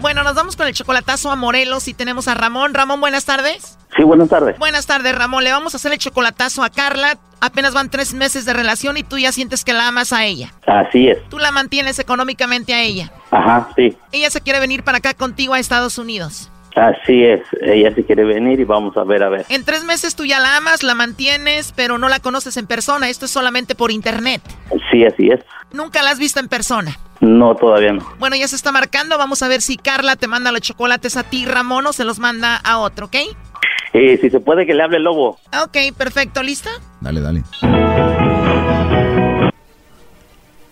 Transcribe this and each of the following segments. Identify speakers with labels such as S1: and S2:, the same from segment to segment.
S1: Bueno, nos vamos con el chocolatazo a Morelos y tenemos a Ramón. Ramón, buenas tardes.
S2: Sí, buenas tardes.
S1: Buenas tardes, Ramón. Le vamos a hacer el chocolatazo a Carla. Apenas van tres meses de relación y tú ya sientes que la amas a ella.
S2: Así es.
S1: Tú la mantienes económicamente a ella.
S2: Ajá, sí.
S1: Ella se quiere venir para acá contigo a Estados Unidos.
S2: Así es. Ella se quiere venir y vamos a ver, a ver.
S1: En tres meses tú ya la amas, la mantienes, pero no la conoces en persona. Esto es solamente por internet.
S2: Sí, así es.
S1: Nunca la has visto en persona.
S2: No, todavía no.
S1: Bueno, ya se está marcando. Vamos a ver si Carla te manda los chocolates a ti, Ramón, o se los manda a otro, ¿ok?
S2: Eh, si se puede que le hable el lobo.
S1: Ok, perfecto. ¿Lista?
S3: Dale, dale.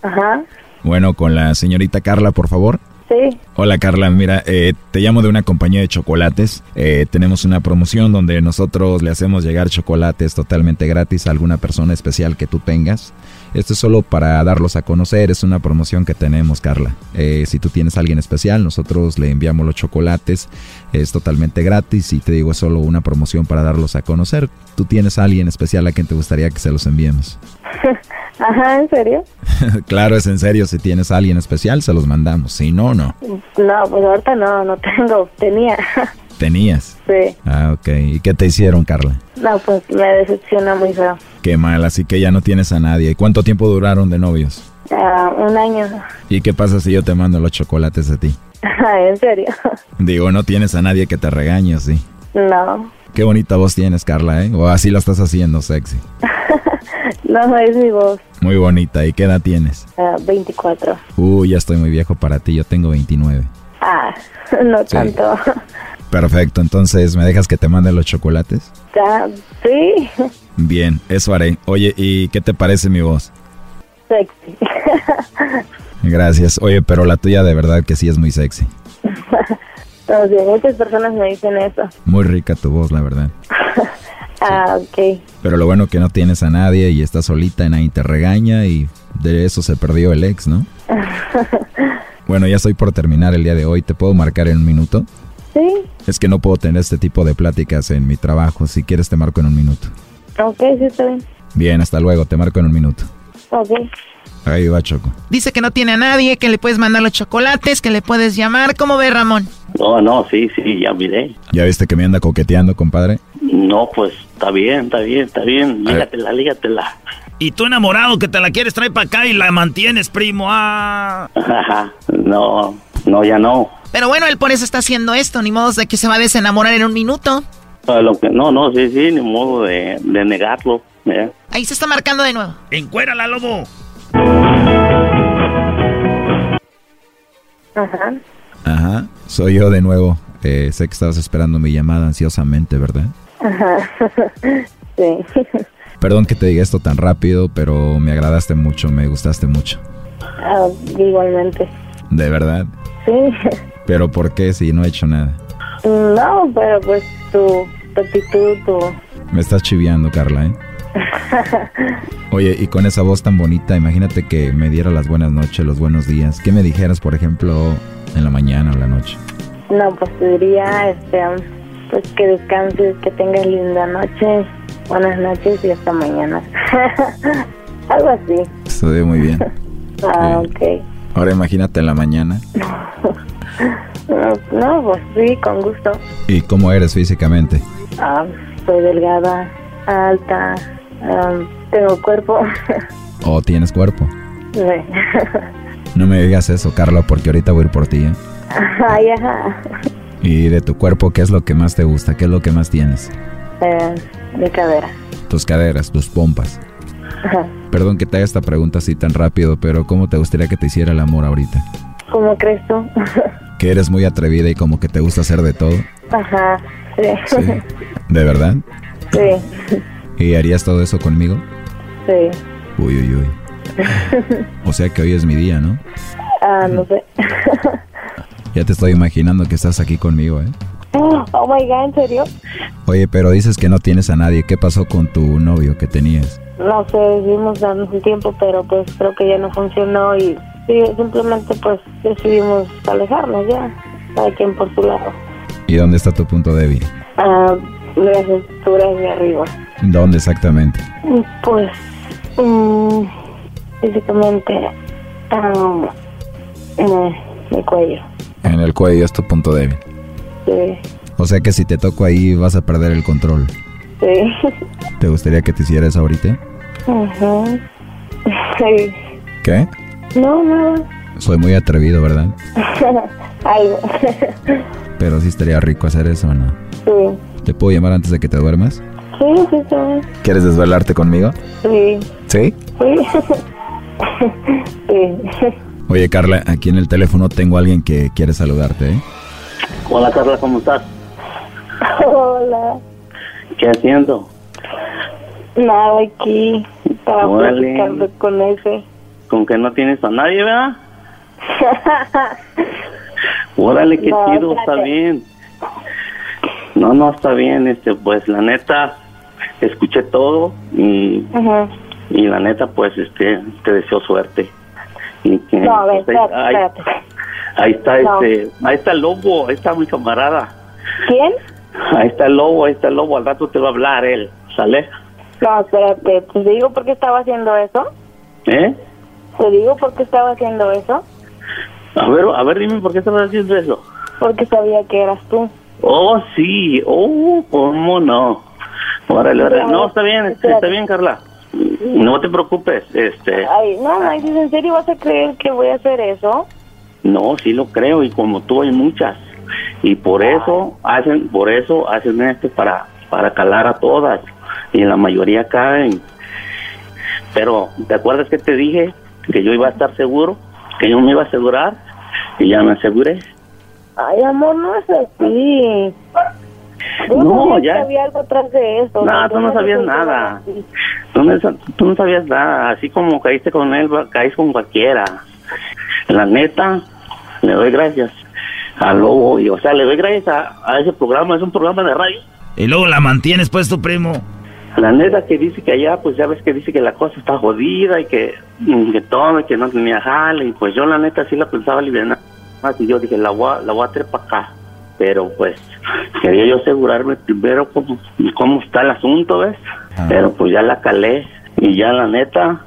S4: Ajá,
S3: Bueno, con la señorita Carla, por favor.
S4: sí,
S3: Hola Carla, mira, eh, te llamo de una compañía de chocolates. Eh, tenemos una promoción donde nosotros le hacemos llegar chocolates totalmente gratis a alguna persona especial que tú tengas. Esto es solo para darlos a conocer, es una promoción que tenemos Carla. Eh, si tú tienes a alguien especial, nosotros le enviamos los chocolates, es totalmente gratis y te digo, es solo una promoción para darlos a conocer. Tú tienes a alguien especial a quien te gustaría que se los enviemos.
S4: ajá, ¿en serio?
S3: claro, es en serio, si tienes a alguien especial, se los mandamos. Si no, no,
S4: No, pues ahorita no, no tengo, tenía,
S3: tenías.
S4: sí.
S3: Ah, ok. ¿Y qué te hicieron, Carla?
S4: No, pues me decepciona muy feo.
S3: Qué mal, así que ya no tienes a nadie. ¿Y cuánto tiempo duraron de novios?
S4: Ah, un año,
S3: ¿Y qué pasa si yo te mando los chocolates a ti?
S4: en serio.
S3: Digo, no tienes a nadie que te regañe, sí.
S4: No,
S3: Qué bonita voz tienes, Carla, ¿eh? O así la estás haciendo, sexy.
S4: no es mi voz.
S3: Muy bonita. ¿Y qué edad tienes?
S4: Ah, 24.
S3: Uy, ya estoy muy viejo para ti, yo tengo 29.
S4: Ah, no
S3: Sí.
S4: tanto.
S3: Perfecto, entonces, ¿me dejas que te mande los chocolates?
S4: Ah, sí,
S3: Bien, eso haré. Oye, ¿y qué te parece mi voz?
S4: sexy.
S3: Gracias. Oye, pero la tuya de verdad que sí es muy sexy.
S4: No, sí, muchas personas me dicen eso.
S3: Muy rica tu voz, la verdad.
S4: Ah, ok.
S3: Pero lo bueno que no tienes a nadie y estás solita y nadie te regaña y de eso se perdió el ex, ¿no? bueno, ya estoy por terminar el día de hoy. ¿Te puedo marcar en un minuto?
S4: Sí,
S3: Es que no puedo tener este tipo de pláticas en mi trabajo. Si quieres te marco en un minuto.
S4: ok, sí está bien.
S3: Bien, hasta luego. Te marco en un minuto.
S4: Ok,
S3: Ahí va Choco.
S1: Dice que no tiene a nadie, que le puedes mandar los chocolates, que le puedes llamar. ¿Cómo ve, Ramón?
S2: No, no, sí, sí, ya miré.
S3: ¿Ya viste que me anda coqueteando, compadre?
S2: No, pues está bien, está bien, está bien. Lígatela, lígatela.
S5: Y tú enamorado que te la quieres traer para acá y la mantienes, primo. Ah.
S2: Ajá. No, no, ya no.
S1: Pero bueno, él por eso está haciendo esto, ni modo de que se va a desenamorar en un minuto.
S2: Ah, lo que- No, no, sí, sí, ni modo de, de negarlo. ¿eh?
S1: Ahí se está marcando de nuevo.
S5: Encuérala, lobo.
S4: ajá.
S3: Ajá. Soy yo de nuevo. Eh, sé que estabas esperando mi llamada ansiosamente, ¿verdad?
S4: Sí,
S3: Perdón que te diga esto tan rápido, pero me agradaste mucho, me gustaste mucho.
S4: Ah, igualmente.
S3: De verdad.
S4: Sí.
S3: Pero ¿por qué si no he hecho nada?
S4: No, pero pues tu, tu actitud, tu...
S3: Me estás chiviando, Carla, ¿eh? Oye, y con esa voz tan bonita, imagínate que me diera las buenas noches, los buenos días. ¿Qué me dijeras, por ejemplo, en la mañana o la noche?
S4: No, pues te diría, este, pues que descanses, que tengas linda noche, buenas noches y hasta mañana. Algo así.
S3: Estudié muy bien.
S4: Ah, ok.
S3: Ahora imagínate en la mañana.
S4: No, no, pues sí, con gusto.
S3: ¿Y cómo eres físicamente?
S4: Ah, soy delgada, alta, ah, tengo cuerpo.
S3: ¿O tienes cuerpo?
S4: Sí.
S3: No me digas eso, Carla, porque ahorita voy a ir por ti. ¿eh?
S4: Ay, ajá.
S3: ¿Y de tu cuerpo qué es lo que más te gusta? ¿Qué es lo que más tienes?
S4: Eh, mi cadera.
S3: Tus caderas, tus pompas.
S4: Ajá.
S3: Perdón que te haga esta pregunta así tan rápido, pero ¿cómo te gustaría que te hiciera el amor ahorita?
S4: ¿Cómo crees tú?
S3: Que eres muy atrevida y como que te gusta hacer de todo.
S4: Ajá. Sí.
S3: Sí. ¿De verdad?
S4: Sí.
S3: ¿Y harías todo eso conmigo?
S4: sí.
S3: Uy, uy, uy. O sea que hoy es mi día, ¿no?
S4: Ah, no sé.
S3: Ya te estoy imaginando que estás aquí conmigo, ¿eh?
S4: Oh my god, ¿en serio?
S3: Oye, pero dices que no tienes a nadie. ¿Qué pasó con tu novio que tenías?
S4: No sé, decidimos darnos un tiempo, pero pues creo que ya no funcionó y sí, simplemente pues decidimos alejarnos ya, cada quien por su lado.
S3: ¿Y dónde está tu punto débil?
S4: Ah, las estructuras de arriba.
S3: ¿Dónde exactamente?
S4: Pues, mm, físicamente, ah, eh, mi cuello.
S3: En el cuello es tu punto débil.
S4: Sí,
S3: O sea que si te toco ahí vas a perder el control.
S4: sí.
S3: ¿Te gustaría que te hicieras ahorita?
S4: Ajá. Sí.
S3: ¿Qué?
S4: No, nada.
S3: Soy muy atrevido, ¿verdad?
S4: Algo.
S3: Pero sí estaría rico hacer eso, ¿o ¿no?
S4: Sí.
S3: ¿Te puedo llamar antes de que te duermas?
S4: Sí, sí, sí.
S3: ¿Quieres desvelarte conmigo?
S4: Sí.
S3: Sí.
S4: Sí. Sí.
S3: Oye, Carla, aquí en el teléfono tengo a alguien que quiere saludarte, ¿eh?
S2: Hola Carla, ¿cómo estás?
S4: Hola.
S2: ¿Qué haciendo?
S4: Nada aquí. Estaba
S2: Órale.
S4: platicando con ese.
S2: Con que no tienes a nadie, ¿verdad? Órale, qué
S4: No,
S2: chido, está
S4: espérate.
S2: bien. No, no, está bien, este, pues la neta, escuché todo y,
S4: Ajá.
S2: y la neta, pues, este, te deseo suerte. Y que,
S4: No, a ver,
S2: pues, ahí-
S4: espérate,
S2: ahí,
S4: espérate.
S2: ahí está,
S4: No.
S2: este, ahí está el lobo, ahí está mi camarada.
S4: ¿Quién?
S2: Ahí está el lobo, ahí está el lobo, al rato te va a hablar él, ¿sale?
S4: No, espérate. Te digo por qué estaba haciendo eso.
S2: ¿Eh?
S4: Te digo por qué estaba haciendo eso.
S2: A ver, a ver, dime por qué estás haciendo eso.
S4: Porque sabía que eras tú.
S2: Oh, sí, oh, cómo no. Órale, órale.
S4: Claro.
S2: No, está bien, este, está bien, Carla. No te preocupes, este,
S4: Ay, no, no, dices, ¿en serio vas a creer que voy a hacer eso?
S2: no, sí lo creo y como tú hay muchas y por eso hacen, por eso hacen este para para calar a todas y la mayoría caen. Pero ¿te acuerdas que te dije que yo iba a estar seguro, que yo me iba a asegurar y ya me aseguré?
S4: Ay, amor, no es así. Yo
S2: No,
S4: sabía
S2: ya.
S4: que había algo atrás de eso.
S2: No, tú no
S4: Entonces,
S2: sabías
S4: eso era
S2: nada.
S4: así.
S2: Tú no, sa- tú no sabías nada, así como caíste con él, va- caes con cualquiera. La neta, le doy gracias al lobo, y, o sea, le doy gracias a, a ese programa, es un programa de radio.
S5: Y luego la mantienes, pues, tu primo.
S2: La neta que dice que allá, pues ya ves que dice que la cosa está jodida y que, mm, que todo, y que no tenía jale, y pues yo la neta sí la pensaba liviana. Más y yo dije, la voy a, la voy a traer para acá. Pero pues quería yo asegurarme primero cómo, cómo está el asunto, ¿ves? Pero pues ya la calé y ya la neta,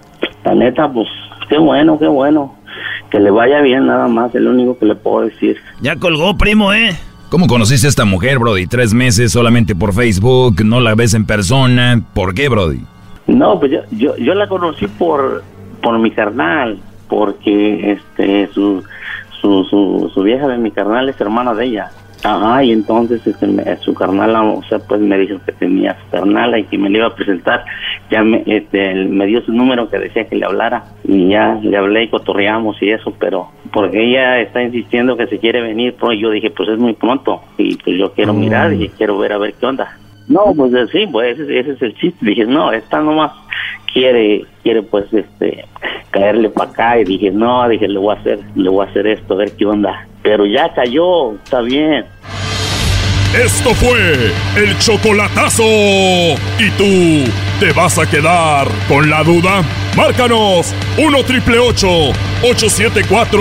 S2: la neta, pues qué bueno, qué bueno. Que le vaya bien nada más, es lo único que le puedo decir.
S5: Ya colgó, primo, ¿eh?
S6: ¿Cómo conociste a esta mujer, Brody? Tres meses solamente por Facebook, no la ves en persona. ¿Por qué, Brody?
S2: No, pues yo, yo, yo la conocí por, por mi carnal, porque este su, su, su, su vieja de mi carnal es hermana de ella. Ajá, y entonces este, me- su carnal, o sea, pues me dijo que tenía su carnal y que me le iba a presentar. Ya me, este, él me dio su número que decía que le hablara y ya le hablé y cotorreamos y eso, pero porque ella está insistiendo que se quiere venir, pero yo dije, pues es muy pronto y pues yo quiero mirar y quiero ver a ver qué onda. No, pues eh, sí, pues ese, ese es el chiste. Dije, no, esta nomás quiere, quiere pues este, caerle para acá. Y dije, no, dije, le voy a hacer, le voy a hacer esto, a ver qué onda. Pero ya cayó, está bien.
S7: Esto fue el chocolatazo. ¿Y tú te vas a quedar con la duda? Márcanos 1 triple 874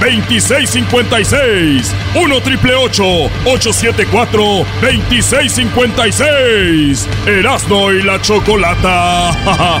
S7: 2656. 1 triple 874 2656. Erasno y la chocolata.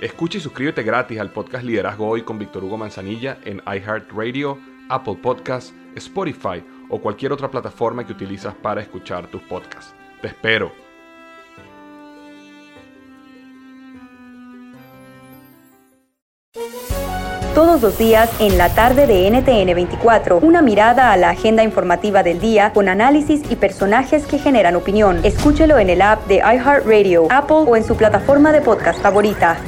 S8: Escucha y suscríbete gratis al podcast Liderazgo Hoy con Víctor Hugo Manzanilla en iHeartRadio, Apple Podcasts, Spotify o cualquier otra plataforma que utilizas para escuchar tus podcasts. Te espero.
S9: Todos los días en la tarde de NTN 24, una mirada a la agenda informativa del día con análisis y personajes que generan opinión. Escúchelo en el app de iHeartRadio, Apple o en su plataforma de podcast favorita.